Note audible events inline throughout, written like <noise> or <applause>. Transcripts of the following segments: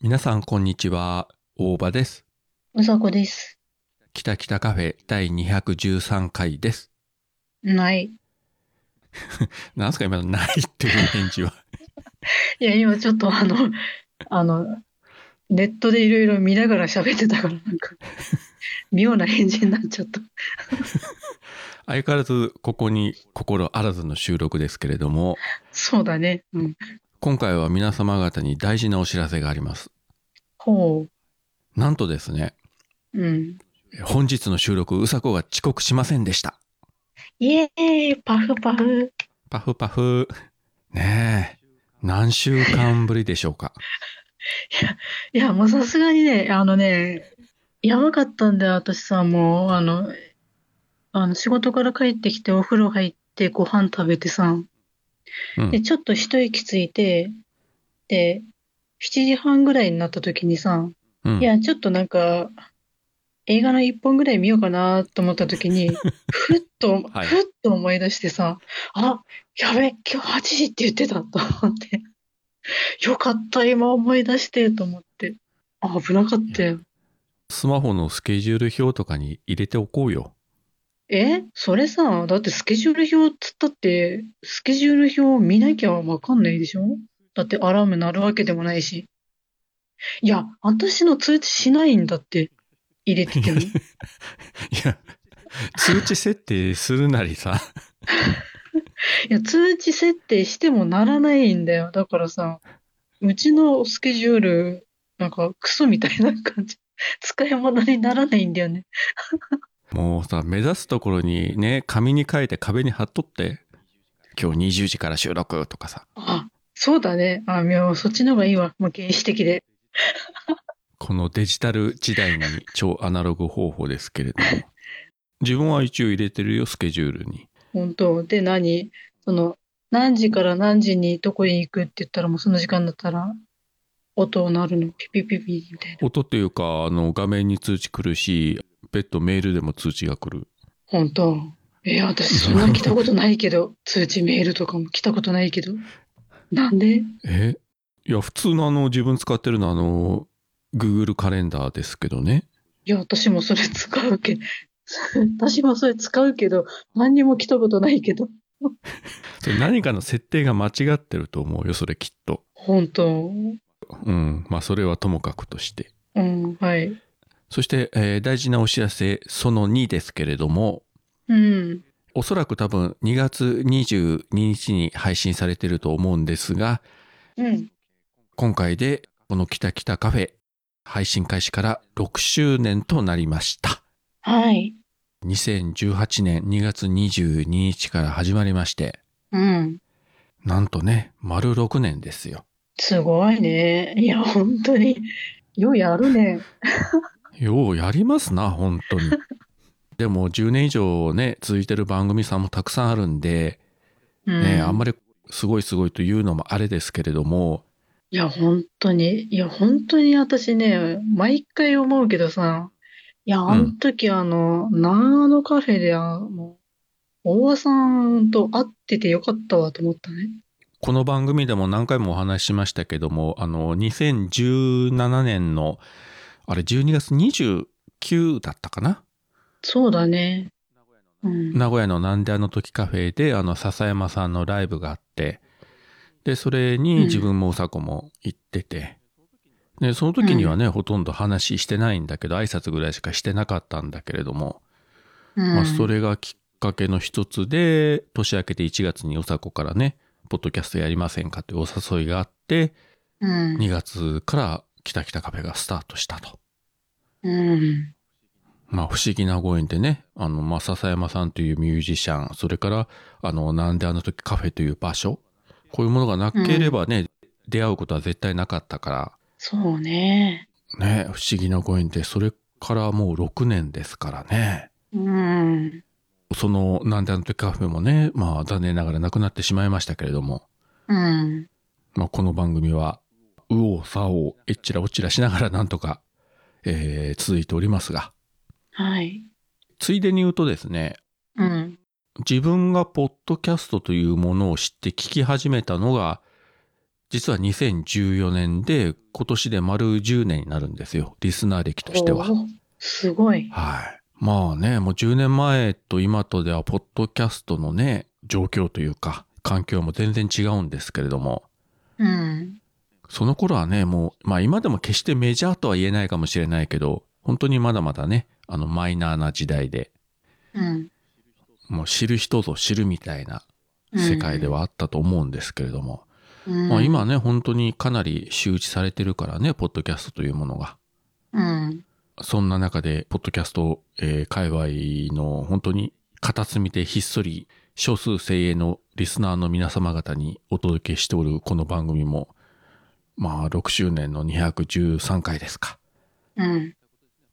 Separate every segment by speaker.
Speaker 1: 皆さんこんにちは大場です
Speaker 2: うさこです。
Speaker 1: 北北カフェ第213回です
Speaker 2: ない。
Speaker 1: なんすか今のないっていう返事は
Speaker 2: いや、今ちょっとあの、あの、ネットでいろいろ見ながら喋ってたから、なんか、妙な返事になっちゃった。
Speaker 1: 相変わらずここに心あらずの収録ですけれども
Speaker 2: そうだね。うん。
Speaker 1: 今回は皆様方に大事なお知らせがあります
Speaker 2: ほ
Speaker 1: なんとですね
Speaker 2: う。うん。
Speaker 1: 本日の収録うさこが遅刻しませんでした
Speaker 2: イエーイパフパフ。
Speaker 1: パフパフねえ何週間ぶりでしょうか
Speaker 2: いや、もうさすがにね、あのね、やばかったんだよ、私さ、もう、あの、あの、仕事から帰ってきて、お風呂入って、ご飯食べてさ、
Speaker 1: うん
Speaker 2: で、ちょっと一息ついて、で、7時半ぐらいになった時にさ、
Speaker 1: うん
Speaker 2: いや、ちょっとなんか、映画の一本ぐらい見ようかなと思った
Speaker 1: <laughs>
Speaker 2: 時に、ふっと、
Speaker 1: はい
Speaker 2: ふっと思い出してさ、あ、やべ、今日8時って言ってたと思って、よかった、今思い出してと思って、あ、危なかったよ。
Speaker 1: スマホのスケジュール表とかに入れておこうよ
Speaker 2: え、それさ、だってスケジュール表っつったって、スケジュール表を見なきゃわかんないでしょだってアラーム鳴るわけでもないし。いや、私の通知しないんだって、入れてても。
Speaker 1: いや、通知設定するなりさ、
Speaker 2: いや、通知設定してもならないんだよ。だからさ、うちのスケジュール、なんかクソみたいな感じ。使い物にならないんだよね。
Speaker 1: もうさ、目指すところにね、紙に書いて壁に貼っとって、今日20時から収録とかさ、
Speaker 2: あ、そうだね。あ、みょ、そっちの方がいいわ。もう原始的で。
Speaker 1: このデジタル時代に超アナログ方法ですけれども、自分は一応入れてるよ、スケジュールに。
Speaker 2: 本当。で、何その、何時から何時にどこへ行くって言ったらもうその時間だったら、音を鳴るの。ピピピピみたいな。
Speaker 1: 音っていうか、あの、画面に通知来るし、別途メールでも通知が来る。
Speaker 2: 本当。えー私そんな来たことないけど、通知メールとかも来たことないけど。なんで
Speaker 1: えいや、普通のあの、自分使ってるのはあの、Google カレンダーですけどね。
Speaker 2: いや、私もそれ使うけど、 <laughs> 私もそれ使うけど、何にも来たことないけど、
Speaker 1: それ何かの設定が間違ってると思うよ、それきっと。
Speaker 2: 本当。
Speaker 1: うん、まあそれはともかくとして。
Speaker 2: うん、はい。
Speaker 1: そして、えー大事なお知らせ、その2ですけれども、
Speaker 2: うん、
Speaker 1: おそらく多分2月22日に配信されてると思うんですが、
Speaker 2: うん。
Speaker 1: 今回でこの北北カフェ、配信開始から6周年となりました。
Speaker 2: はい。
Speaker 1: 2018年2月22日から始まりまして、
Speaker 2: うん。
Speaker 1: なんとね、丸6年ですよ。
Speaker 2: すごいね。いや、本当に。ようやるね。
Speaker 1: ようやりますな、本当
Speaker 2: <laughs>
Speaker 1: に。でも10年以上ね、続いてる番組さんもたくさんあるんで、
Speaker 2: うん。
Speaker 1: ね、あんまりすごいすごいというのもあれですけれども、
Speaker 2: いや、本当に。いや、本当に私ね、毎回思うけどさ、いや、あの時、あの、長野カフェで、あの、大和さんと会っててよかったわと思ったね。
Speaker 1: この番組でも何回もお話ししましたけども、あの、2017年の、あれ、12月29だったかな
Speaker 2: そうだね。うん。
Speaker 1: 名古屋のなんであの時カフェで、あの、笹山さんのライブがあって、で、それ
Speaker 2: うん
Speaker 1: に自分もうさこも行ってて、で、その時にはね、ほとんど話してないんだけど、挨拶ぐらいしかしてなかったんだけれども、ま
Speaker 2: う
Speaker 1: あ、
Speaker 2: ん、
Speaker 1: それがきっかけの一つで、年明けて1月にうさこからね、ポッドキャストやりませんかというお誘いがあって、
Speaker 2: うん。
Speaker 1: 2月からキタキタカフェがスタートしたと。
Speaker 2: うん。
Speaker 1: まあ、不思議なご縁でね、あの、まあ、笹山さんというミュージシャン、それから、あの、なんであの時カフェという場所、こういうものがなければね、出会うことは絶対なかったか
Speaker 2: そうね。
Speaker 1: ら、ね、不思議なご縁で、それからもう6年ですからね。
Speaker 2: うん。
Speaker 1: その、なんであの時カフェもね、まあ、残念ながらなくなってしまいましたけれども、
Speaker 2: うん。
Speaker 1: まあ、この番組は、右往左往、えっちらおっちらしながらなんとか、えー続いておりますが、
Speaker 2: はい。
Speaker 1: ついでに言うとですね、
Speaker 2: うん。
Speaker 1: 自分がポッドキャストというものを知って聞き始めたのが、実は2014年で今年で丸10年になるんですよリスナー歴としては。
Speaker 2: おーすごい。
Speaker 1: はい。まあね、もう10年前と今とでは、ポッドキャストのね、状況というか、環境も全然違うんですけれども、
Speaker 2: うん。
Speaker 1: その頃はね、もう、まあ今でも決してメジャーとは言えないかもしれないけど、本当にまだまだね、あのマイナーな時代で、
Speaker 2: うん。
Speaker 1: もう知る人ぞ知るみたいな
Speaker 2: うん
Speaker 1: 世界ではあったと思うんですけれども、
Speaker 2: うん、
Speaker 1: まあ今ね、本当にかなり周知されてるからね、ポッドキャストというものが。
Speaker 2: うん。
Speaker 1: そんな中で、ポッドキャスト、えー界隈の本当に片隅でひっそり少数精鋭のリスナーの皆様方にお届けしておるこの番組も、まあ、6周年の213回ですか。
Speaker 2: うん。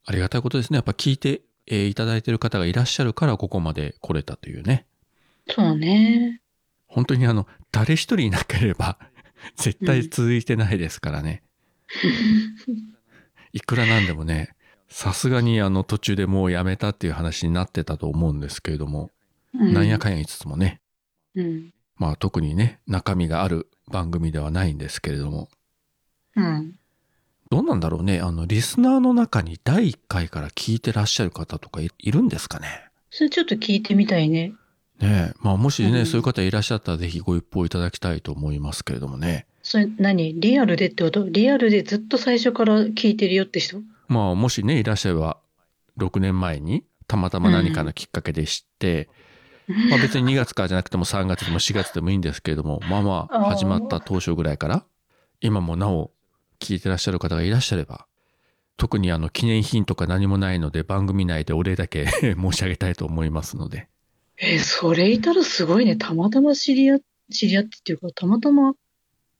Speaker 1: ありがたいことですね。やっぱ聞いて、えーいただいてる方がいらっしゃるから、ここまで来れたというね。
Speaker 2: そうね。
Speaker 1: 本当にあの、誰一人いなければ、 <laughs> 絶対続いてないですからね。いくらなんでもね、さすがにあの途中でもうやめたっていう話になってたと思うんですけれども、
Speaker 2: な
Speaker 1: なんやかんや言いつつもね、
Speaker 2: うん。
Speaker 1: まあ特にね、中身がある番組ではないんですけれども、
Speaker 2: うん。
Speaker 1: どうなんだろうね、あの、リスナーの中に第1回から聞いてらっしゃる方とかいいるんですかね。
Speaker 2: それちょっと聞いてみたいね。
Speaker 1: ねえ、まあもしね、
Speaker 2: うん
Speaker 1: そういう方いらっしゃったらぜひご一報いただきたいと思いますけれどもね。
Speaker 2: それ何リアルでってことリアルでずっと最初から聞いてるよって人
Speaker 1: まあもしね、いらっしゃれば、6年前にたまたま何かのきっかけで知って、まあ別に2月からじゃなくても3月でも4月でもいいんですけれども、まあまあ
Speaker 2: あー
Speaker 1: 始まった当初ぐらいから、今もなお聞いてらっしゃる方がいらっしゃれば、特にあの記念品とか何もないので番組内でお礼だけ <laughs> 申し上げたいと思いますので。
Speaker 2: えーそれいたらすごいね。たまたま知り合っ、知り合ってっていうか、たまたま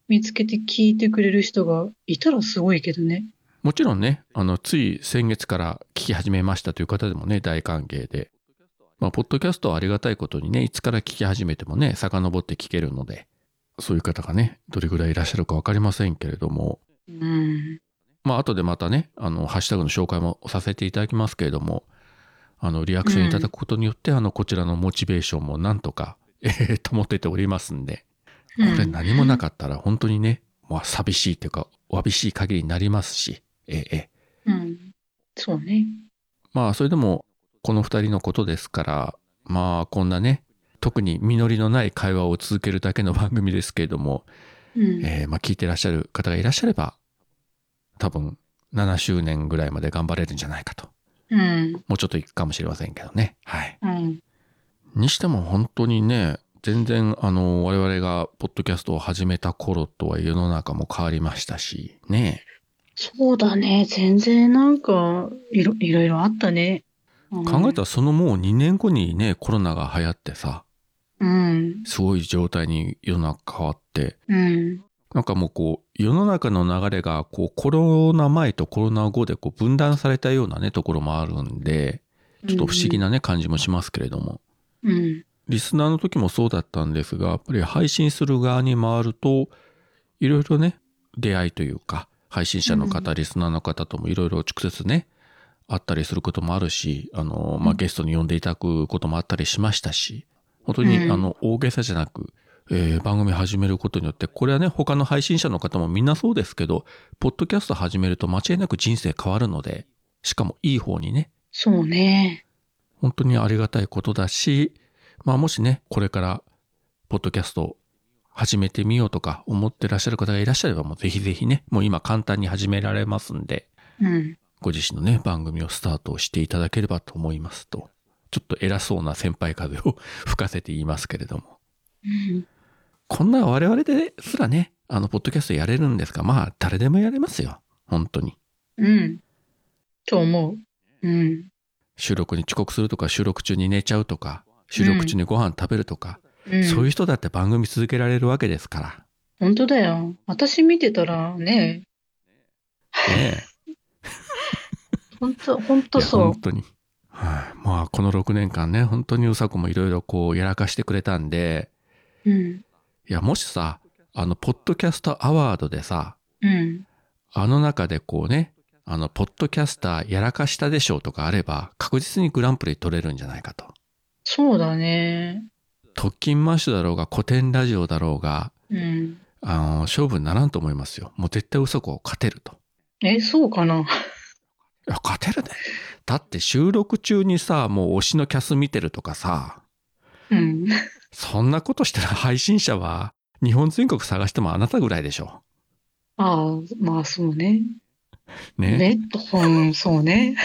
Speaker 2: 見つけて聞いてくれる人がいたらすごいけどね。
Speaker 1: もちろんね、あの、つい先月から聞き始めましたという方でもね、大歓迎で。まあ、ポッドキャストはありがたいことにね、いつから聞き始めてもね、遡って聞けるので、そういう方がね、どれぐらいいらっしゃるかわかりませんけれども、
Speaker 2: うん。
Speaker 1: まあ、後でまたね、あの、ハッシュタグの紹介もさせていただきますけれども、あの、リアクションいただくことによって、あの、こちらのモチベーションもなんとか、えー、保てておりますんで、これ何もな
Speaker 2: く。
Speaker 1: かったら本当にね、まあ、寂しいというか、わびしい限りになりますし、えーえー
Speaker 2: うん。そうね。
Speaker 1: まあ、それでも、この二人のことですから、まあ、こんなね、特に実りのない会話を続けるだけの番組ですけれども、
Speaker 2: うん。
Speaker 1: えーまあ、聞いてらっしゃる方がいらっしゃれば、多分、7周年ぐらいまで頑張れるんじゃないかと。
Speaker 2: うん。
Speaker 1: もうちょっと行くかもしれませんけどね。はい。
Speaker 2: うん。
Speaker 1: にしても本当にね、全然あの、我々がポッドキャストを始めた頃とは世の中も変わりましたし、ね。
Speaker 2: そうだね。全然なんか、いろ、いろいろあったね。うん
Speaker 1: 考えたらそのもう2年後にね、コロナが流行ってさ、
Speaker 2: うん。
Speaker 1: すごい状態に世の中変わって、
Speaker 2: うん。
Speaker 1: なんかもうこう、世の中の流れがこう、コロナ前とコロナ後でこう、分断されたようなね、ところもあるんで、ちょっと不思議なね、感じもしますけれども。
Speaker 2: うん。
Speaker 1: リスナーの時もそうだったんですが、やっぱり配信する側に回ると、いろいろね、出会いというか、配信者の方、リスナーの方ともいろいろ直接ね、会ったりすることもあるし、あの、ま
Speaker 2: う
Speaker 1: あ、
Speaker 2: ん
Speaker 1: ゲストに呼んでいただくこともあったりしましたし、本当に、
Speaker 2: うん
Speaker 1: あの、大げさじゃなく、えー番組始めることによって、これはね、他の配信者の方もみんなそうですけど、ポッドキャスト始めると間違いなく人生変わるので、しかもいい方にね、
Speaker 2: そうね。
Speaker 1: 本当にありがたいことだし、まあもしね、これから、ポッドキャストを始めてみようとか思ってらっしゃる方がいらっしゃれば、もうぜひぜひね、もう今簡単に始められますんで、
Speaker 2: うん。
Speaker 1: ご自身のね、番組をスタートしていただければと思いますと、ちょっと偉そうな先輩風を <laughs> 吹かせて言いますけれども、
Speaker 2: うん
Speaker 1: こんな我々ですらね、あの、ポッドキャストやれるんですが、まあ誰でもやれますよ。本当に。
Speaker 2: うん。と思う。うん。
Speaker 1: 収録に遅刻するとか、収録中に寝ちゃうとか、収録中にご飯食べるとか、
Speaker 2: うん、
Speaker 1: そういう人だって番組続けられるわけですか
Speaker 2: <laughs> 本当だよ。私見てたらね、
Speaker 1: ら。ね
Speaker 2: 本当本
Speaker 1: え。
Speaker 2: 当
Speaker 1: い
Speaker 2: そ
Speaker 1: や
Speaker 2: う
Speaker 1: 本。当に。はい、まあ、この6年間ね、本当にうさこもいろいろこう、やらかしてくれたんで、
Speaker 2: うん。
Speaker 1: いや、もしさ、あの、ポッドキャストアワードでさ、
Speaker 2: うん。
Speaker 1: あの中でこうね、あの、ポッドキャスターやらかしたでしょうとかあれば、確実にグランプリ取れるんじゃないかと。
Speaker 2: そうだね。
Speaker 1: 特勤マッシュだろうが、古典ラジオだろうが、
Speaker 2: うん。
Speaker 1: あの、勝負にならんと思いますよ。もう絶対嘘子勝てると。
Speaker 2: え、そうかない
Speaker 1: や、勝てるね。だって収録中にさ、もう推しのキャス見てるとかさ、
Speaker 2: うん。
Speaker 1: そんなことしたら配信者は日本全国探してもあなたぐらいでしょ。
Speaker 2: ああ、まあそうね。
Speaker 1: ね。
Speaker 2: ね、うん、そうね。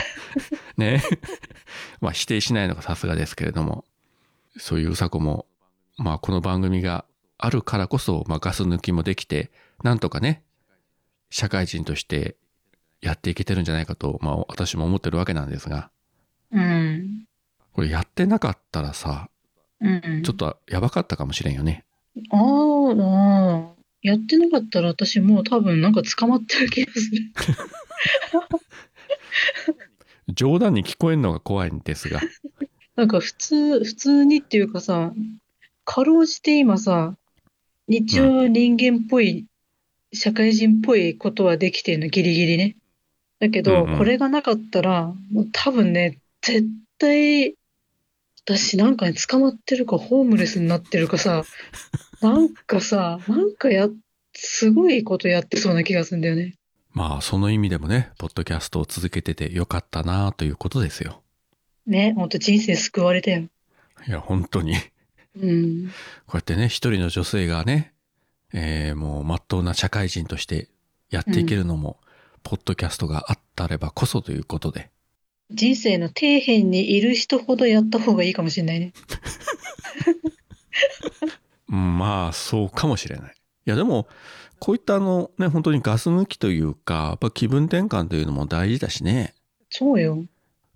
Speaker 1: ね。 <laughs> まあ否定しないのがさすがですけれども、そういううさこも、まあこの番組があるからこそ、まあガス抜きもできて、なんとかね、社会人としてやっていけてるんじゃないかと、まあ私も思ってるわけなんですが、
Speaker 2: うん。
Speaker 1: これやってなかったらさ、
Speaker 2: うん。
Speaker 1: ちょっとやばかったかもしれんよね。
Speaker 2: ああ、ああ。やってなかったら私もう多分なんか捕まってる気がする。
Speaker 1: 冗談に聞こえるのが怖いんですが。
Speaker 2: なんか普通、普通にっていうかさ、かろうじて今さ、一応人間っぽい、社会人っぽいことはできてるの、ギリギリね。だけど、
Speaker 1: うんうん
Speaker 2: これがなかったら、もう多分ね、絶対、私なんかに捕まってるか、ホームレスになってる
Speaker 1: <laughs>
Speaker 2: かさ、なんかさ、なんかや、すごいことやってそうな気がするんだよね。
Speaker 1: まあその意味でもね、ポッドキャストを続けててよかったなということですよ。
Speaker 2: ね、ほんと人生救われたよ。
Speaker 1: いや、本当に。
Speaker 2: うん。
Speaker 1: こうやってね、一人の女性がね、えーもう真っ当な社会人としてやっていけるのも、ポッドキャストがあったればこそということで。
Speaker 2: 人生の底辺にいる人ほどやった方がいいかもしれないね。
Speaker 1: うんまあそうかもしれない。いやでも、こういったあのね、本当にガス抜きというか、やっぱ気分転換というのも大事だしね。
Speaker 2: そうよ。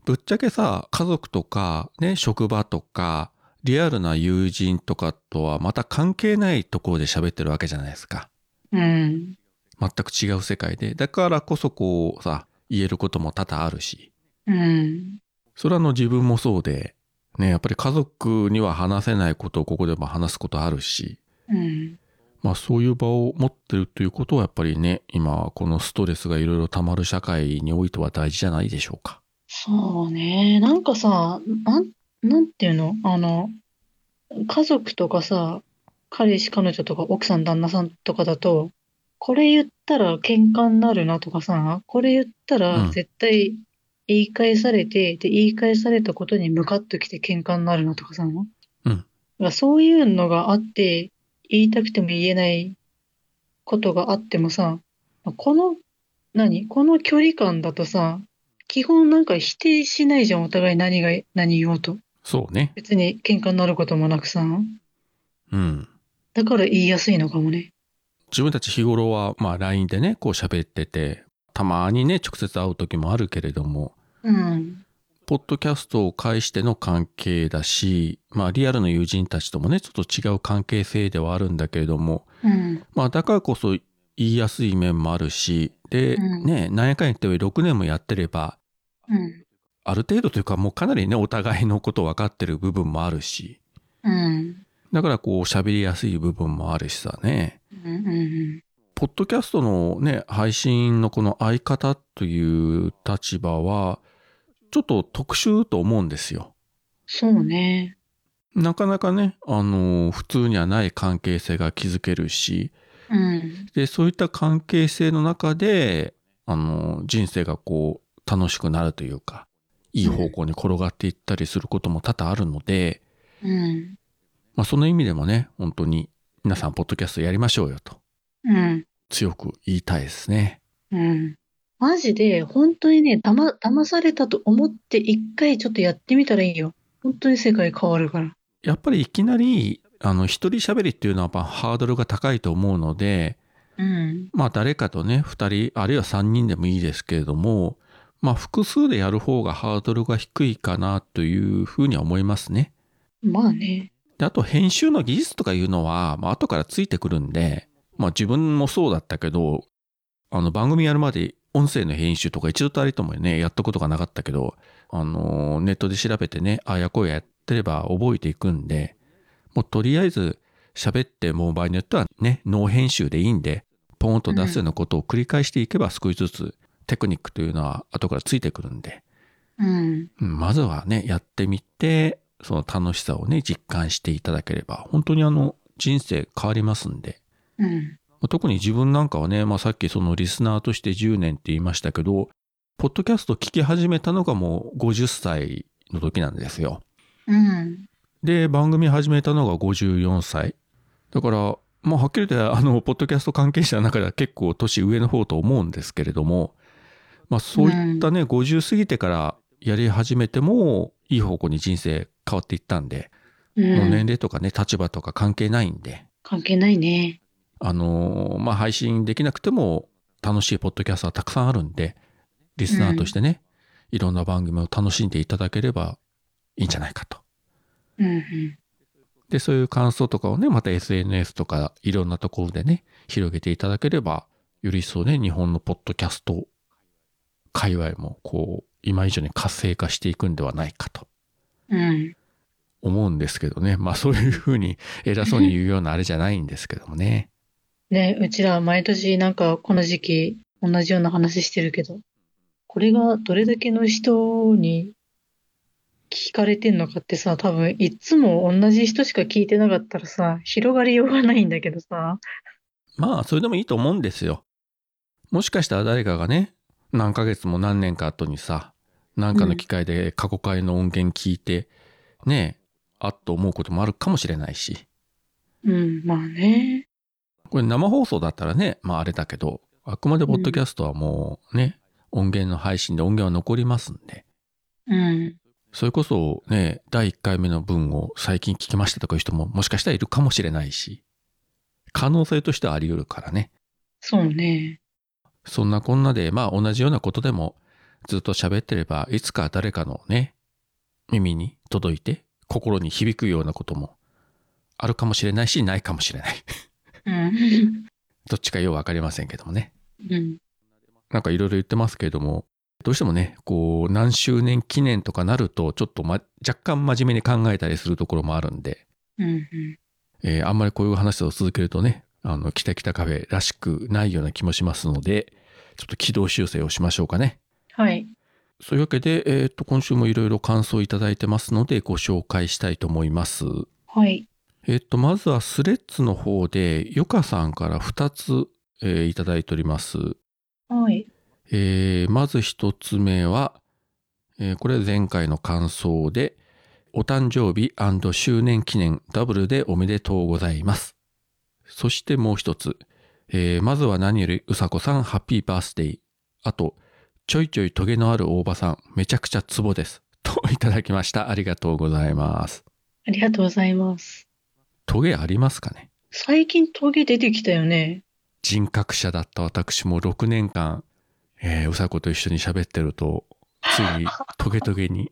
Speaker 1: ぶっちゃけさ家族とかね職場とかリアルな友人とかとはまた関係ないところで喋ってるわけじゃないですか
Speaker 2: うん。
Speaker 1: 全く違う世界でだからこそこうさ言えることも多々あるし
Speaker 2: うん。
Speaker 1: それはあの自分もそうでねやっぱり家族には話せないことをここでも話すことあるし
Speaker 2: うん。
Speaker 1: まあそういう場を持ってるということはやっぱりね今このストレスがいろいろ溜まる社会においては大事じゃないでしょうか
Speaker 2: そうね。なんかさ、なん、なんていうのあの、家族とかさ、彼氏、彼女とか奥さん、旦那さんとかだと、これ言ったら喧嘩になるなとかさ、これ言った
Speaker 1: う
Speaker 2: ら
Speaker 1: ん
Speaker 2: 絶対言い返されて、で、言い返されたことにムカッときて喧嘩になるなとかさ、うん。だからそういうのがあって、言いたくても言えないことがあってもさ、この、何この距離感だとさ、基本なんか否定しないじゃん、お互い何が、何言おうと。
Speaker 1: そうね
Speaker 2: 別に喧嘩になることもなくさ。
Speaker 1: うん
Speaker 2: だから言いやすいのかもね。
Speaker 1: 自分たち日頃は、まあ、LINE でねこう喋っててたまにね直接会う時もあるけれども
Speaker 2: うん。
Speaker 1: ポッドキャストを介しての関係だし、まあ、リアルの友人たちともねちょっと違う関係性ではあるんだけれども、
Speaker 2: うん。
Speaker 1: まあ、だからこそ言いやすい面もあるしで、
Speaker 2: うん
Speaker 1: ね何やかんやって6年もやってれば
Speaker 2: うん。
Speaker 1: ある程度というかもうかなりねお互いのこと分かってる部分もあるし
Speaker 2: うん。
Speaker 1: だからこう喋りやすい部分もあるしさね。
Speaker 2: うん。うん。
Speaker 1: ポッドキャストのね、配信のこの相方という立場は、ちょっと特殊と思うんですよ。
Speaker 2: そうね。
Speaker 1: なかなかね、あの、普通にはない関係性が築けるし、
Speaker 2: うん。
Speaker 1: で、そういった関係性の中で、あの、人生がこう、楽しくなるというか、いい方向に転がっていったりすることも多々あるので、
Speaker 2: うん。
Speaker 1: まあ、その意味でもね、本当に、皆さん、ポッドキャストやりましょうよと、
Speaker 2: うん。
Speaker 1: 強く言いたいですね。
Speaker 2: うん。マジで、本当にね、だま、騙されたと思って一回ちょっとやってみたらいいよ。本当に世界変わるから。
Speaker 1: やっぱりいきなり、あの、一人喋りっていうのはやっぱハードルが高いと思うので、
Speaker 2: うん。
Speaker 1: まあ誰かとね、二人、あるいは三人でもいいですけれども、まあ複数でやる方がハードルが低いかなというふうには思いますね。
Speaker 2: まあね。
Speaker 1: で、あと編集の技術とかいうのは、まあ後からついてくるんで、まあ自分もそうだったけど、あの番組やるまで音声の編集とか一度たりともね、やったことがなかったけど、あの、ネットで調べてね、ああやこうややってれば覚えていくんで、もうとりあえず喋ってもう場合によってはね、脳編集でいいんで、ポンと出すようなことを繰り返していけば少しずつテクニックというのは後からついてくるんで、
Speaker 2: うん。
Speaker 1: うんまずはね、やってみて、その楽しさをね、実感していただければ、本当にあの、人生変わりますんで、
Speaker 2: うん。
Speaker 1: まあ特に自分なんかはね、まあ、さっきそのリスナーとして10年って言いましたけど、ポッドキャスト聞き始めたのがもう50歳の時なんですよ。
Speaker 2: うん。
Speaker 1: で、番組始めたのが54歳。だから、まあ、はっきり言って、あの、ポッドキャスト関係者の中では結構年上の方と思うんですけれども、まあ、そういったね、50過ぎてからやり始めても、いい方向に人生変わっていったんで、
Speaker 2: うん。
Speaker 1: もう年齢とかね、立場とか関係ないんで、
Speaker 2: 関係ないね。
Speaker 1: あのーまあ、配信できなくても楽しいポッドキャストはたくさんあるんで、リスナーとしてね、いろんな番組を楽しんでいただければいいんじゃないかと。
Speaker 2: うんうん。
Speaker 1: で、そういう感想とかをね、また SNS とかいろんなところでね、広げていただければ、より一層ね、日本のポッドキャスト界隈も、こう、今以上に活性化していくんではないかと
Speaker 2: うん。
Speaker 1: 思うんですけどね。まあそういうふうに偉そうに言うようなあれじゃないんですけどもね。
Speaker 2: ね、うちらは毎年なんかこの時期同じような話してるけど、これがどれだけの人に聞かれてんのかってさ、多分いつも同じ人しか聞いてなかったらさ、広がりようがないんだけどさ。
Speaker 1: <laughs> まあそれでもいいと思うんですよ。もしかしたら誰かがね、何ヶ月も何年か後にさ、何かの機会で過去回の音源聞いて、ねえ、あっと思うこともあるかもしれないし。
Speaker 2: うん、まあね。
Speaker 1: これ生放送だったらね、まああれだけど、あくまでポッドキャストはもうね、音源の配信で音源は残りますんで、
Speaker 2: うん。
Speaker 1: それこそね、第1回目の分を最近聞きましたとかいう人ももしかしたらいるかもしれないし、可能性としてはあり得るからね。
Speaker 2: そうね。
Speaker 1: そんなこんなで、まあ同じようなことでもずっと喋ってれば、いつか誰かのね、耳に届いて、心に響くようなこともあるかもしれないし、ないかもしれない。 <laughs>
Speaker 2: うん。
Speaker 1: どっちかようわかりませんけどもね。
Speaker 2: うん。
Speaker 1: なんかいろいろ言ってますけれども、どうしてもね、こう、何周年記念とかなると、ちょっと、ま、若干真面目に考えたりするところもあるんで、
Speaker 2: うん。うん
Speaker 1: えーあんまりこういう話を続けるとね、あの、キタキタカフェらしくないような気もしますので、ちょっと軌道修正をしましょうかね。
Speaker 2: はい。
Speaker 1: そういうわけで、えーっと、今週もいろいろ感想をいただいてますので、ご紹介したいと思います。
Speaker 2: はい。
Speaker 1: えーっと、まずはスレッズの方で、ヨカさんから2つ、えーいただいております。
Speaker 2: はい。
Speaker 1: えーまず一つ目は、えーこれは前回の感想で、お誕生日周年記念ダブルでおめでとうございます。そしてもう一つ、えーまずは何よりうさこさんハッピーバースデー。あと、ちょいちょいトゲのある大場さん、めちゃくちゃツボです。といただきました。ありがとうございます。
Speaker 2: ありがとうございます。
Speaker 1: トゲありますかね
Speaker 2: 最近峠出てきたよね。
Speaker 1: 人格者だった私も6年間、えーうさこと一緒に喋ってると、ついにトゲトゲに、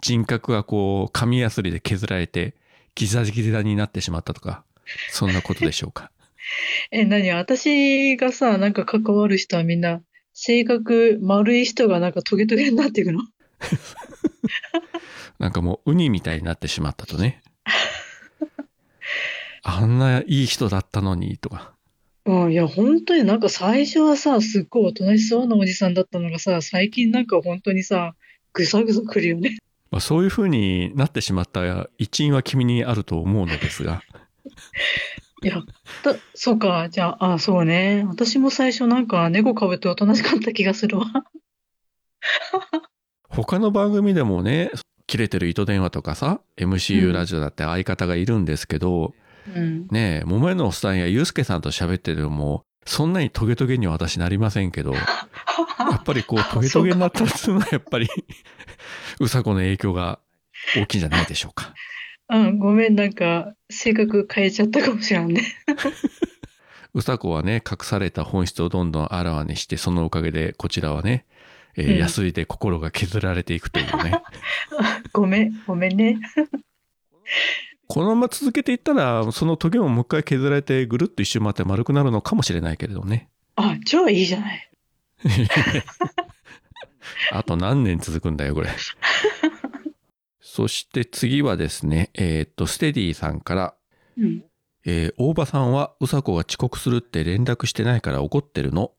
Speaker 1: 人格がこう、紙やすりで削られて、ギザギザになってしまったとか、そんなことでしょうか。 <laughs>
Speaker 2: え、何私がさ、なんか関わる人はみんな、性格丸い人がなんかトゲトゲになっていく <laughs> の
Speaker 1: なんかもう、ウニみたいになってしまったとね。あんないい人だったのに、とか。
Speaker 2: うん、いや、本当になんか最初はさ、すっごいおとなしそうなおじさんだったのがさ、最近なんか本当にさ、ぐさぐさくるよ <laughs> ね。
Speaker 1: まあ、そういう風になってしまった一因は君にあると思うのですが。
Speaker 2: いや、だ、そうか、じゃあ、あ、そうね。私も最初なんか猫かぶっておとなしかった気がするわ。
Speaker 1: 他の番組でもね切れてる糸電話とかさ MCU ラジオだって相方がいるんですけど、
Speaker 2: うん。
Speaker 1: ねえ桃屋のおっさんやユうスケさんと喋っててもそんなにトゲトゲには私なりませんけ
Speaker 2: <laughs>
Speaker 1: どやっぱりこうトゲトゲになったりするのはやっぱりうさこの影響が大きいんじゃないでしょうか。
Speaker 2: <laughs> うん、ごめん、なんか、性格変えちゃったかもしらんね。 <laughs>
Speaker 1: うさこはね隠された本質をどんどんあらわにしてそのおかげでこちらはね、えー
Speaker 2: うん
Speaker 1: 安いで心が削られていくというね。
Speaker 2: ごめん、ごめんね。
Speaker 1: このまま続けていったらそのトゲももう一回削られてぐるっと一周回って丸くなるのかもしれないけれどね
Speaker 2: あ、超いいじゃない。
Speaker 1: あと何年続くんだよこれそして次はですねえーっとステディさんから、
Speaker 2: うん。
Speaker 1: えー大場さんはうさこが遅刻するって連絡してないから怒ってるの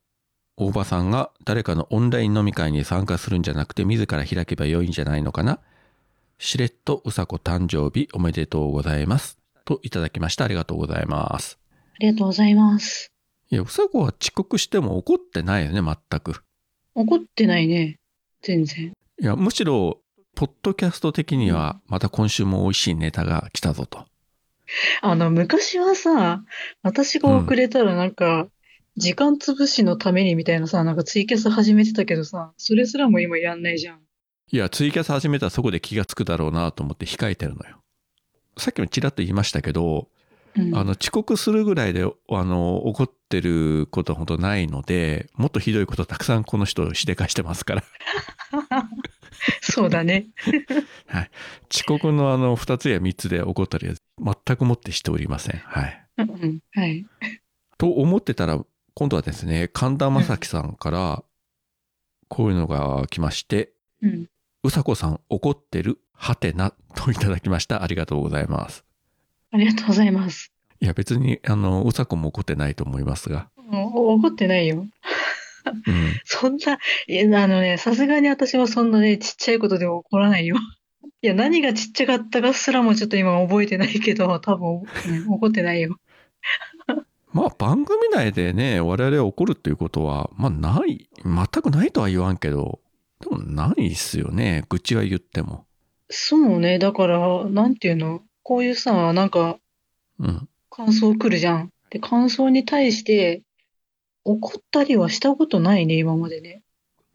Speaker 1: 大場さんが誰かのオンライン飲み会に参加するんじゃなくて自ら開けばよいんじゃないのかなしれっとうさこ誕生日おめでとうございますといただきましたありがとうございます
Speaker 2: りがとうございます。
Speaker 1: いや、うさこは遅刻しても怒ってないよね、全く。
Speaker 2: 怒ってないね。全然。
Speaker 1: いや、むしろ、ポッドキャスト的には、また今週も美味しいネタが来たぞと。
Speaker 2: あの、昔はさ、私が遅れたらなんか、時間潰しのためにみたいなさ、なんかツイキャス始めてたけどさ、それすらも今やんないじゃん。
Speaker 1: いや、ツイキャス始めたらそこで気がつくだろうなと思って控えてるのよ。さっきもちらっと言いましたけど、
Speaker 2: うん、
Speaker 1: あの遅刻するぐらいであの怒ってることは本当ないのでもっとひどいことたくさんこの人しでかしてますから
Speaker 2: <laughs> そうだね。
Speaker 1: 遅刻のあの2つや3つで怒ったりは全くもってしておりません。はい、
Speaker 2: うんうん、はい。
Speaker 1: と思ってたら今度はですね神田正輝さんからこういうのが来まして
Speaker 2: うん。
Speaker 1: 「うさこさん怒ってるはてな」といただきましたありがとうございます。
Speaker 2: ありがとうございます。
Speaker 1: いや別にあのうさこも怒ってないと思いますが。
Speaker 2: もう怒ってないよ。
Speaker 1: うん
Speaker 2: そんな、いや、あのね、さすがに私はそんなね、ちっちゃいことでは怒らないよ。いや、何がちっちゃかったかすらもちょっと今覚えてないけど、多分、うん怒ってないよ。
Speaker 1: まあ番組内でね我々は怒るっていうことはまあない全くないとは言わんけどでもないっすよね愚痴は言っても
Speaker 2: そうね、だから、なんていうの、こういうさ、なんか、
Speaker 1: うん
Speaker 2: 感想来るじゃん。で、感想に対して、怒ったりはしたことないね、今までね。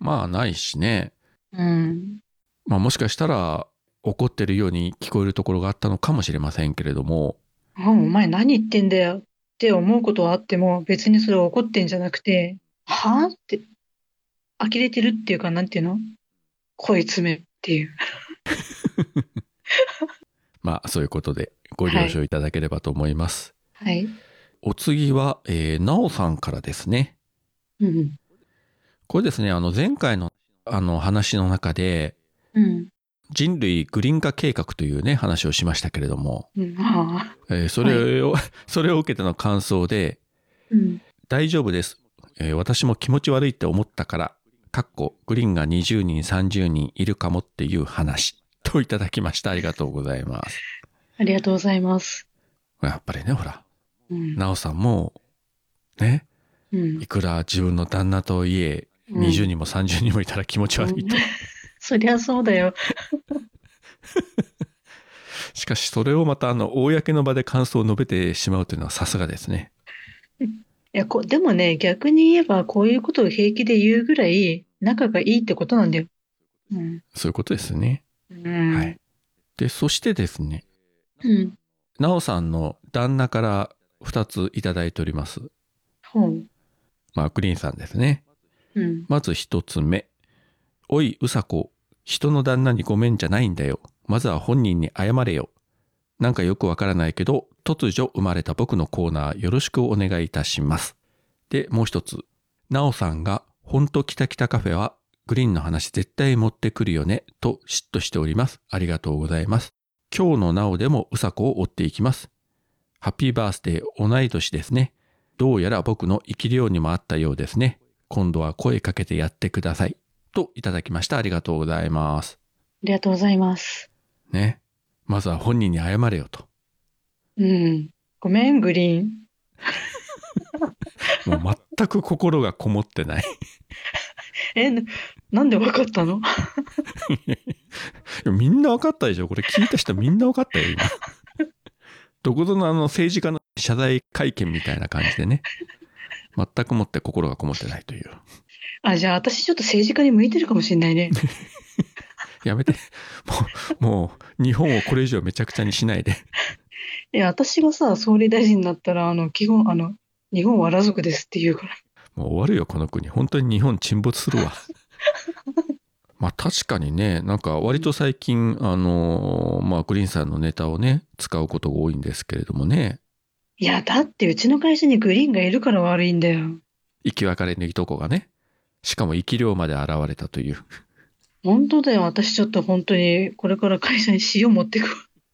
Speaker 1: まあないしね、
Speaker 2: うん。
Speaker 1: まあ、もしかしたら怒ってるように聞こえるところがあったのかもしれませんけれども
Speaker 2: あ、お前何言ってんだよって思うことはあっても、別にそれは怒ってんじゃなくて、はぁって、呆れてるっていうか、なんていうの声詰めっていう。
Speaker 1: まあそういうことでご了承いただければと思います、
Speaker 2: はい。
Speaker 1: お次は、えー、なおさんからですね
Speaker 2: うん。
Speaker 1: これですねあの前回のあの話の中で
Speaker 2: うん。
Speaker 1: 人類グリーン化計画というね話をしましたけれども
Speaker 2: うん。ああ。
Speaker 1: えーそれを、 <laughs> それを受けての感想で、
Speaker 2: うん。
Speaker 1: 大丈夫です。えー私も気持ち悪いって思ったから、かっこグリーンが20人、30人いるかもっていう話といただきました。ありがとうございます。
Speaker 2: ありがとうございます。
Speaker 1: やっぱりね、ほら、
Speaker 2: うん。
Speaker 1: なおさんも、ね、
Speaker 2: うん。
Speaker 1: いくら自分の旦那とはいえ、
Speaker 2: うん
Speaker 1: 20人も30人もいたら気持ち悪いと。
Speaker 2: <laughs> そりゃそうだよ。
Speaker 1: しかし、それをまた、あの、公の場で感想を述べてしまうというのはさすがですね。
Speaker 2: いや、こ、でもね、逆に言えば、こういうことを平気で言うぐらい、仲がいいってことなんだよ。うん。
Speaker 1: そういうことですね。
Speaker 2: うん。
Speaker 1: はい。で、そしてですね、
Speaker 2: うん。
Speaker 1: なおさんの旦那から2ついただいております。
Speaker 2: ほう。
Speaker 1: まあ、グリーンさんですね。
Speaker 2: うん。
Speaker 1: まず1つ目。おい、うさこ。人の旦那にごめんじゃないんだよ。まずは本人に謝れよ。なんかよくわからないけど、突如生まれた僕のコーナーよろしくお願いいたします。で、もう一つ。なおさんが、ほんとキタキタカフェは、グリーンの話絶対持ってくるよね、と嫉妬しております。ありがとうございます。今日のなおでもうさこを追っていきます。ハッピーバースデー同い年ですね。どうやら僕の生き量にもあったようですね。今度は声かけてやってください。といただきました。ありがとうございます。
Speaker 2: ありがとうございます。
Speaker 1: ね。まずは本人に謝れよと。
Speaker 2: うん。ごめん、グリーン。
Speaker 1: もう全く心がこもってない。
Speaker 2: え、ななんでわかったの
Speaker 1: みんな分かったでしょこれ聞いた人みんな分かったよ、今。どこぞのあの政治家の謝罪会見みたいな感じでね。全くもって心がこもってないという。
Speaker 2: あ、じゃあ私ちょっと政治家に向いてるかもしれ <laughs> ないね。
Speaker 1: やめて。もう、もう、日本をこれ以上めちゃくちゃにしないで。
Speaker 2: いや、私がさ、総理大臣になったら、あの、基本、あの、日本は裸族ですって言うから。
Speaker 1: もう終わるよこの国本当に日本沈没するわまあ確かにねなんか割と最近あのーまあグリーンさんのネタをね使うことが多いんですけれどもね
Speaker 2: いや、だってうちの会社にグリーンがいるから悪いんだよ。
Speaker 1: 生き別れのいとこがねしかも生き量まで現れたという
Speaker 2: 本当だよ。私ちょっと本当に、これから会社に塩持ってくわ。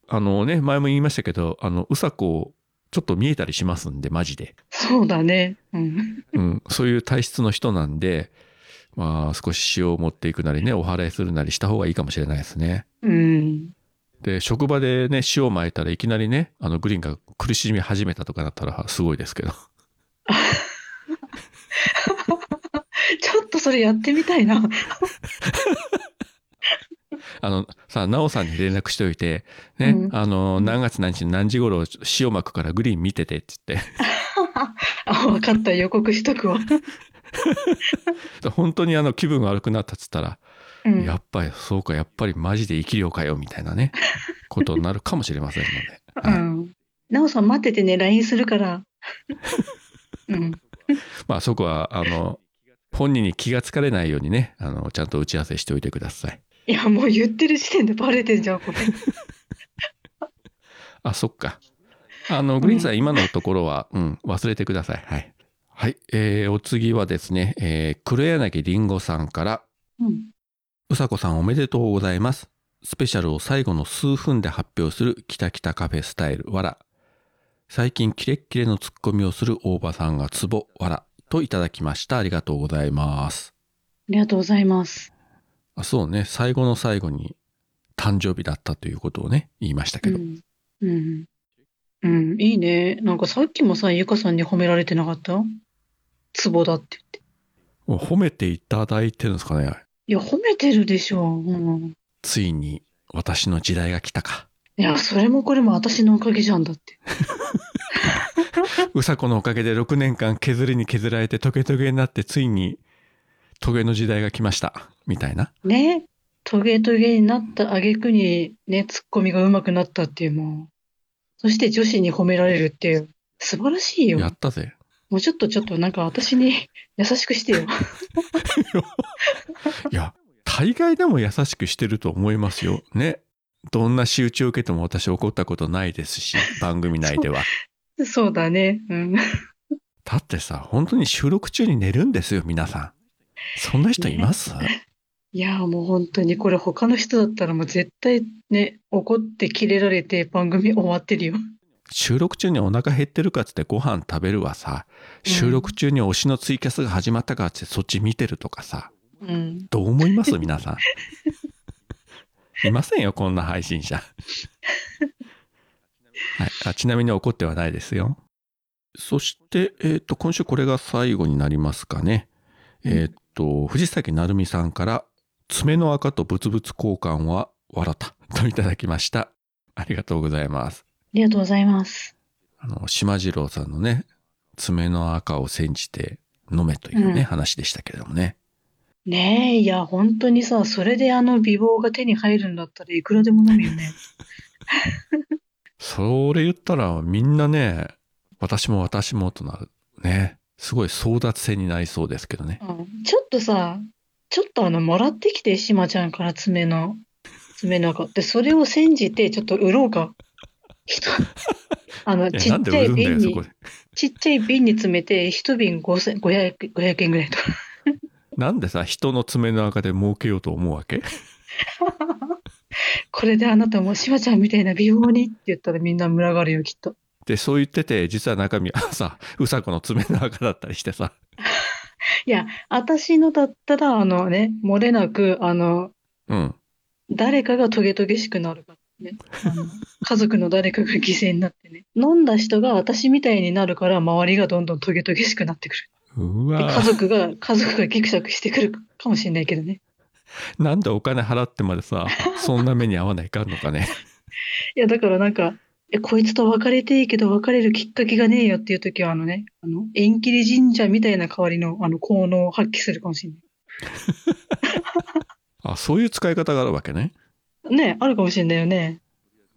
Speaker 1: あのね前も言いましたけどあのうさこちょっと見えたりしますんでマジで、
Speaker 2: そうだね。うん。
Speaker 1: うん、そういう体質の人なんでまあ少し塩を持っていくなりねお祓いするなりした方がいいかもしれないですね
Speaker 2: うん。
Speaker 1: で、職場でね、塩を撒いたらいきなりね、あの、グリーンが苦しみ始めたとかだったらすごいですけど。 <laughs>
Speaker 2: ちょっとそれやってみたいな。
Speaker 1: あの、さ、なおさんに連絡しておいて、ね、
Speaker 2: うん
Speaker 1: あの、何月何日何時頃塩まくからグリーン見ててって <laughs> 言っ
Speaker 2: あ、わかった。予告しとくわ。
Speaker 1: て、本当にあの、気分悪くなったっつったら、
Speaker 2: うん。
Speaker 1: やっぱりそうか、やっぱりマジで生き量かよ、みたいな
Speaker 2: <laughs>
Speaker 1: ね、ことになるかもしれませんので。
Speaker 2: う
Speaker 1: はい
Speaker 2: ん。なおさん待っててね、LINE するから。うん。
Speaker 1: まあそこは、あの、本人に気がつかれないようにね、あの、ちゃんと打ち合わせしておいてください。
Speaker 2: いや、もう言ってる時点でバレてんじゃん、これ。
Speaker 1: あ、そっか。あの、グリーンさん、今のところは、うん、忘れてください。はい。はい。えーお次はですね、えー黒柳りんごさんから、
Speaker 2: うん。
Speaker 1: うさこさんおめでとうございます。スペシャルを最後の数分で発表する、きたきたカフェスタイル、わら。最近キレッキレのツッコミをする大場さんがツボ、わら。といただきました。ありがとうございます。
Speaker 2: ありがとうございます。
Speaker 1: あ、そうね。最後の最後に誕生日だったということをね、言いました
Speaker 2: う
Speaker 1: けど。
Speaker 2: ん。うん。うん、いいね。なんかさっきもさ、ゆかさんに褒められてなかったツボだって言って。
Speaker 1: もう褒めていただいてるんですかね。
Speaker 2: いや、褒めてるでしょ。うん。
Speaker 1: ついに私の時代が来たか。
Speaker 2: いや、それもこれも私のおかげじゃんだって。
Speaker 1: うさこのおかげで6年間削りに削られてトゲトゲになってついにトゲの時代が来ました。みたいな。
Speaker 2: ね。トゲトゲになった挙句にね、ツッコミが上手くなったっていうもう。そして女子に褒められるっていう。素晴らしいよ。
Speaker 1: やったぜ。
Speaker 2: もうちょっとちょっとなんか私に <laughs> 優しくしてよ。 <laughs>
Speaker 1: いや、大概でも優しくしてると思いますよ。ね。どんな仕打ちを受けても私怒ったことないですし、番組内では。
Speaker 2: そうだね。うん。
Speaker 1: だってさ、本当に収録中に寝るんですよ、皆さん。そんな人います、
Speaker 2: いやーもう本当にこれ他の人だったらもう絶対ね、怒ってキレられて番組終わってるよ。
Speaker 1: 収録中にお腹減ってるかっつってご飯食べるわさ、
Speaker 2: うん
Speaker 1: 収録中に推しのツイキャスが始まったかっつってそっち見てるとかさ、
Speaker 2: うん。
Speaker 1: どう思います皆さん。いませんよ、こんな配信者。はい、あちなみに怒ってはないですよ。そして、えっ、と、今週これが最後になりますかね。えっ、と、藤崎成美さんから、爪の赤とブツブツ交換は笑ったといただきました。ありがとうございます。
Speaker 2: ありがとうございます。
Speaker 1: あの、島次郎さんのね、爪の赤を煎じて飲めというね、
Speaker 2: うん
Speaker 1: 話でしたけれどもね。
Speaker 2: ねえ、いや本当にさ、それであの美貌が手に入るんだったらいくらでも飲むよね。
Speaker 1: それ言ったらみんなね、私も私もとなる。ね。すごい争奪戦になりそうですけどね。
Speaker 2: うん、ちょっとさ、ちょっとあの、もらってきて、しまちゃんから爪の、爪の中。で、それを煎じて、ちょっと売ろうか。
Speaker 1: <laughs>
Speaker 2: 人、あの、
Speaker 1: え
Speaker 2: ち
Speaker 1: な
Speaker 2: っ
Speaker 1: んで
Speaker 2: ちゃ
Speaker 1: 売
Speaker 2: い
Speaker 1: るんだ
Speaker 2: 瓶
Speaker 1: よ、そこ
Speaker 2: に、
Speaker 1: で。
Speaker 2: ちっちゃい瓶に詰めて、一瓶5000 500、500円ぐらいと <laughs> か。
Speaker 1: なんでさ、人の爪の赤で儲けようと思うわけ
Speaker 2: これであなたも、しまちゃんみたいな美貌にって言ったらみんな群がるよ、きっと。
Speaker 1: で、そう言ってて、実は中身はさ、うさこの爪の赤だったりしてさ。
Speaker 2: いや、私のだったら、あのね、漏れなく、あの、
Speaker 1: うん。
Speaker 2: 誰かがトゲトゲしくな
Speaker 1: <laughs>
Speaker 2: るからね。あの家族の誰かが犠牲になってね。飲んだ人が私みたいになるから、周りがどんどんトゲトゲしくなってくる。
Speaker 1: う
Speaker 2: で
Speaker 1: わ
Speaker 2: 家
Speaker 1: ぁ
Speaker 2: 族が、家族がギクシャクしてくるかもしれないけどね。
Speaker 1: なんでお金払ってまでさ、そんな目に遭わないかんのかね。
Speaker 2: いや、だからなんか、えこいつと別れていいけど別れるきっかけがねえよっていう時は、あのね、あの、縁切り神社みたいな代わりの、あの、効能を発揮するかもしれ
Speaker 1: あ、そういう使い方があるわけね。
Speaker 2: ない。ねえあるかもしれないよね。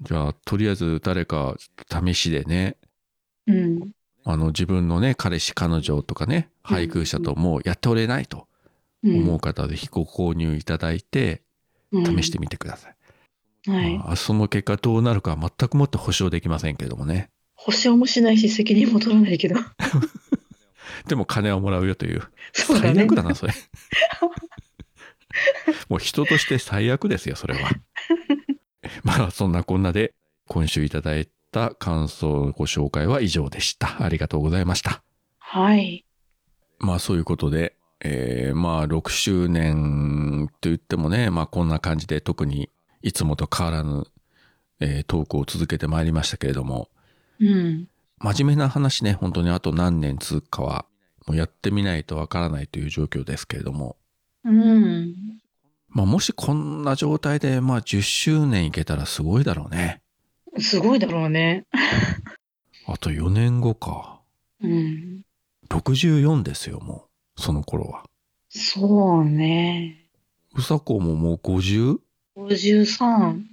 Speaker 1: じゃあ、とりあえず誰か試しでね、
Speaker 2: うん。
Speaker 1: あの自分のね彼氏彼女とかね
Speaker 2: うん
Speaker 1: 配偶者ともうやっておれないと
Speaker 2: うん
Speaker 1: 思う方はぜひご購入いただいて
Speaker 2: うん
Speaker 1: 試してみてください、
Speaker 2: はい。
Speaker 1: まあその結果どうなるかは全くもって保証できませんけどもね
Speaker 2: 保証もしないし、責任も取らないけど。
Speaker 1: でも金をもらうよという
Speaker 2: そうだ
Speaker 1: 最
Speaker 2: ね
Speaker 1: 悪。だな <laughs>
Speaker 2: <laughs>
Speaker 1: それもう人として最悪ですよそれは <laughs> まあそんなこんなで今週いただいた感想のご紹介は以上でしたありがとうございました
Speaker 2: はい。
Speaker 1: まあそういうことで、えーまあ6周年と言ってもね、まあこんな感じで特にいつもと変わらぬえートークを続けてまいりましたけれども、
Speaker 2: うん。
Speaker 1: 真面目な話ね、本当にあと何年続くかは、もうやってみないとわからないという状況ですけれども、
Speaker 2: うん。
Speaker 1: まあ、もしこんな状態で、まあ、10周年いけたらすごいだろうね。
Speaker 2: すごいだろうね。
Speaker 1: あと4年後か。
Speaker 2: うん。
Speaker 1: 64ですよ、もう。その頃は。
Speaker 2: そうね。
Speaker 1: うさこももう 50?
Speaker 2: 53。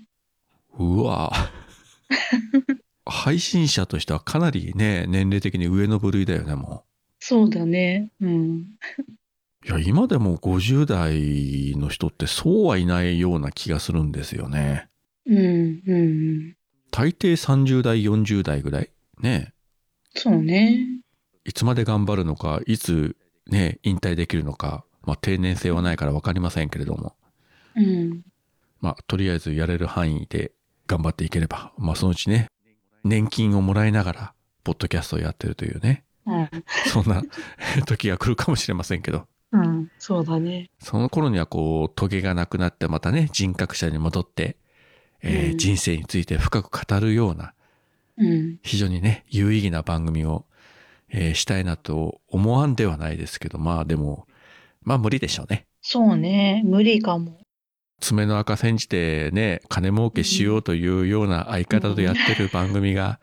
Speaker 1: うわぁ配信者としてはかなりね、年齢的に上の部類だよね、も
Speaker 2: そうだね。うん。
Speaker 1: う。いや、今でも50代の人ってそうはいないような気がするんですよね。
Speaker 2: うん。うんうん。
Speaker 1: 大抵30代、40代ぐらいね
Speaker 2: そうね。
Speaker 1: いつまで頑張るのか、いつね、引退できるのか、まあ定年制はないからわかりませんけれども。
Speaker 2: うん。
Speaker 1: まあ、とりあえずやれる範囲で頑張っていければ、まあ、そのうちね、年金をもらいながら、ポッドキャストをやってるというね、
Speaker 2: うん。
Speaker 1: そんな <laughs> 時が来るかもしれませんけど、
Speaker 2: うん。そうだね。
Speaker 1: その頃にはこう、トゲがなくなって、またね、人格者に戻って、えー
Speaker 2: うん
Speaker 1: 人生について深く語るような、
Speaker 2: うん。
Speaker 1: 非常にね、有意義な番組を、えーしたいなと思わんではないですけど、まあでも、まあ無理でしょうね。
Speaker 2: そうね。無理かも。
Speaker 1: 爪の赤煎じてね、金儲けしようというような相方とやってる番組が、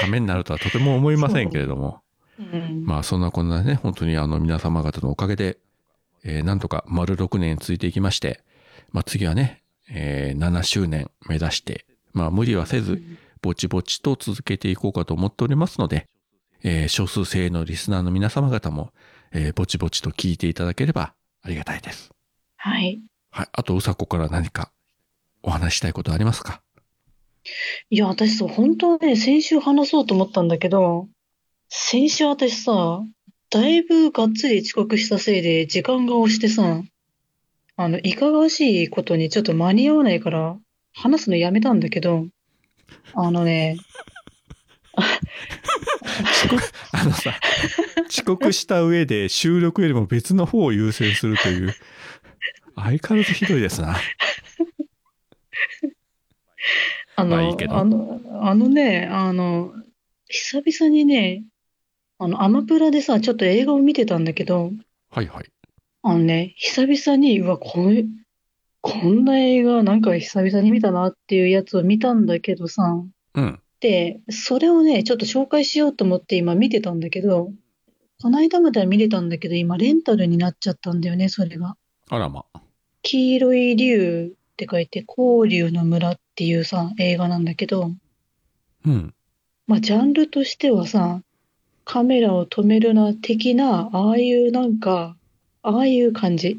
Speaker 1: ためになるとはとても思いませんけれども、
Speaker 2: うん。
Speaker 1: まあそんなこんなね、本当にあの皆様方のおかげで、えーなんとか丸6年続いていきまして、まあ次はね、えー7周年目指して、まあ無理はせず、ぼちぼちと続けていこうかと思っておりますので、えー少数精鋭のリスナーの皆様方も、えーぼちぼちと聞いていただければありがたいです。
Speaker 2: はい。
Speaker 1: はい。あと、うさこから何かお話ししたいことありますか
Speaker 2: いや、私そう、本当はね、先週話そうと思ったんだけど、先週私さ、だいぶがっつり遅刻したせいで、時間が押してさ、あの、いかがわしいことにちょっと間に合わないから、話すのやめたんだけど、あのね、
Speaker 1: 遅刻、あのさ、遅刻した上で収録よりも別の方を優先するという、相変わらずひどいですな。
Speaker 2: あの、
Speaker 1: まあいいけど
Speaker 2: あの、あのね、あの、久々にね、あの、アマプラでさ、ちょっと映画を見てたんだけど、
Speaker 1: はいはい。
Speaker 2: あのね、久々に、うわ、この、こんな映画、なんか久々に見たなっていうやつを見たんだけどさ、
Speaker 1: うん。
Speaker 2: で、それをね、ちょっと紹介しようと思って今見てたんだけど、この間までは見れたんだけど、今レンタルになっちゃったんだよね、それが。
Speaker 1: あらま。
Speaker 2: 黄色い竜って書いて、黄竜の村っていうさ、映画なんだけど、
Speaker 1: うん。
Speaker 2: まあ、ジャンルとしてはさ、カメラを止めるな的な、ああいうなんか、ああいう感じ。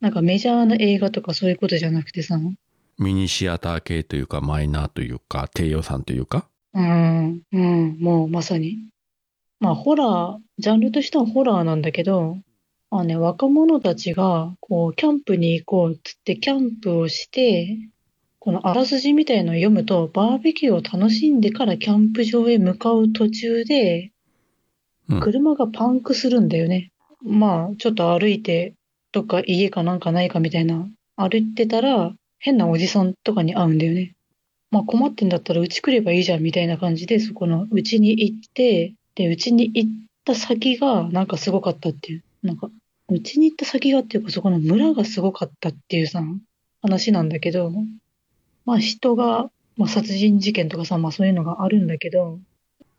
Speaker 2: なんかメジャーな映画とかそういうことじゃなくてさ、
Speaker 1: ミニシアター系というか、マイナーというか、低予算というか。
Speaker 2: うん、うん、もうまさに。まあ、ホラー、ジャンルとしてはホラーなんだけど、まあね、若者たちが、こう、キャンプに行こうっつって、キャンプをして、このあらすじみたいのを読むと、バーベキューを楽しんでからキャンプ場へ向かう途中で
Speaker 1: うん、
Speaker 2: 車がパンクするんだよね。まあ、ちょっと歩いて、どっか家かなんかないかみたいな、歩いてたら、変なおじさんとかに会うんだよね。まあ困ってんだったらうち来ればいいじゃんみたいな感じで、そこのうちに行って、で、うちに行った先がなんかすごかったっていう、なんか、うちに行った先がっていうか、そこの村がすごかったっていうさ、話なんだけど、まあ人が、まあ殺人事件とかさ、まあそういうのがあるんだけど、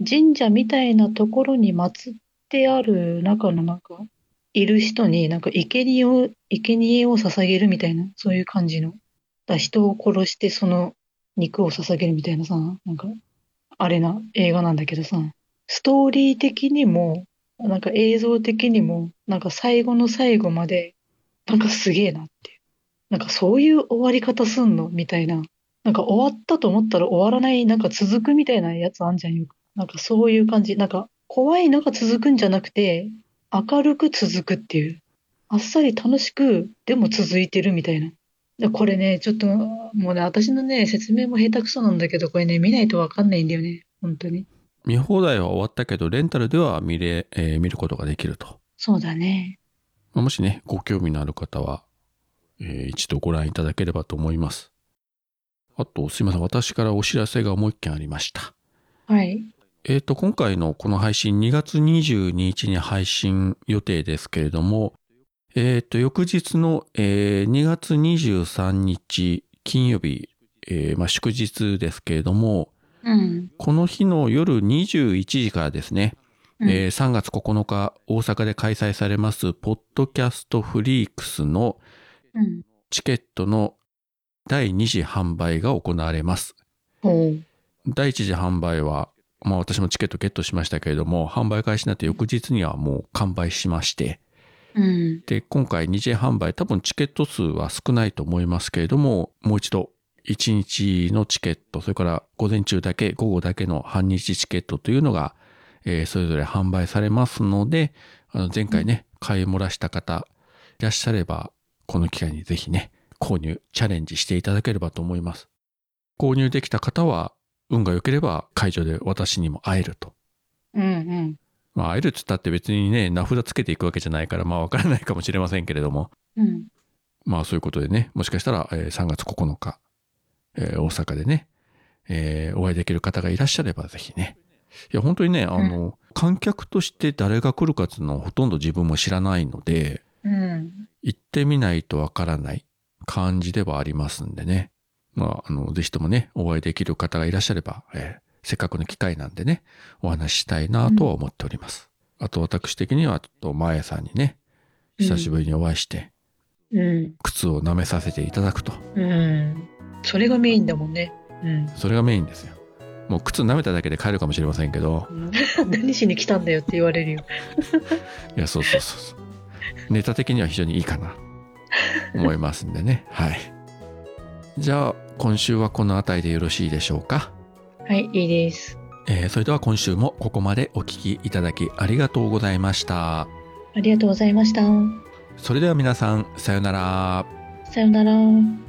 Speaker 2: 神社みたいなところに祀ってある中のなんか、いる人になんか生贄を、生贄を捧げるみたいな、そういう感じの。だから人を殺してその肉を捧げるみたいなさ、なんか、あれな映画なんだけどさ、ストーリー的にも、なんか映像的にも、なんか最後の最後まで、なんかすげえなっていう。なんかそういう終わり方すんのみたいな。なんか終わったと思ったら終わらない、なんか続くみたいなやつあんじゃんよく。なんかそういう感じ。なんか怖いのが続くんじゃなくて、明るく続くっていう。あっさり楽しく、でも続いてるみたいな。でこれね、ちょっと、もうね、私のね、説明も下手くそなんだけど、これね、見ないとわかんないんだよね。本当に。
Speaker 1: 見放題は終わったけど、レンタルでは見れ、えー見ることができると。
Speaker 2: そうだね。
Speaker 1: まあもしね、ご興味のある方は、えー一度ご覧いただければと思います。あと、すいません。私からお知らせがもう一件ありました。
Speaker 2: はい。
Speaker 1: えっ、と、今回のこの配信2月22日に配信予定ですけれども、えっ、と、翌日の、えー2月23日金曜日、えーまあ、祝日ですけれども、
Speaker 2: うん。
Speaker 1: この日の夜21時からですね、
Speaker 2: うん
Speaker 1: えー3月9日大阪で開催されます、ポッドキャストフリークスの
Speaker 2: うん。
Speaker 1: チケットの第2次販売が行われます。
Speaker 2: ほう。
Speaker 1: 第1次販売は、まあ私もチケットゲットしましたけれども、販売開始になって翌日にはもう完売しまして、
Speaker 2: うん。
Speaker 1: で、今回2次販売、多分チケット数は少ないと思いますけれども、もう一度、1日のチケット、それから午前中だけ、午後だけの半日チケットというのが、えーそれぞれ販売されますので、あの前回ね、買い漏らした方、いらっしゃれば、この機会にぜひね、購入、チャレンジしていただければと思います。購入できた方は、運が良ければ会場で私にも会えると。
Speaker 2: うん。うん。
Speaker 1: まあ、会えるっつったって別にね、名札つけていくわけじゃないから、まあわからないかもしれませんけれども、
Speaker 2: うん。
Speaker 1: まあそういうことでね、もしかしたら、えー3月9日、えー大阪でね、えーお会いできる方がいらっしゃればぜひね。いや、本当にね、あの、観客として誰が来るかっていうのをほとんど自分も知らないので、
Speaker 2: うん。
Speaker 1: 行ってみないとわからない感じではありますんでね。まあ、あの、ぜひともね、お会いできる方がいらっしゃれば、えーせっかくの機会なんでね、お話ししたいなとは思っております。あと私的には、ちょっとマエさんにね、久しぶりにお会いして、
Speaker 2: うん。
Speaker 1: 靴を舐めさせていただくと。
Speaker 2: うん。それがメインだもんね。 <laughs> うん。
Speaker 1: それがメインですよもう靴舐めただけで帰るかもしれませんけど
Speaker 2: 何しに来たんだよって言われるよ。
Speaker 1: いやそうそうそう <laughs> そうネタ的には非常にいいかな思いますんでねはいじゃあ今週はこの辺りでよろしいでしょうか、
Speaker 2: はい、いいです。
Speaker 1: えーそれでは今週もここまでお聞きいただきありがとうございました
Speaker 2: ありがとうございました。
Speaker 1: それでは皆さんさようなら
Speaker 2: さよなら。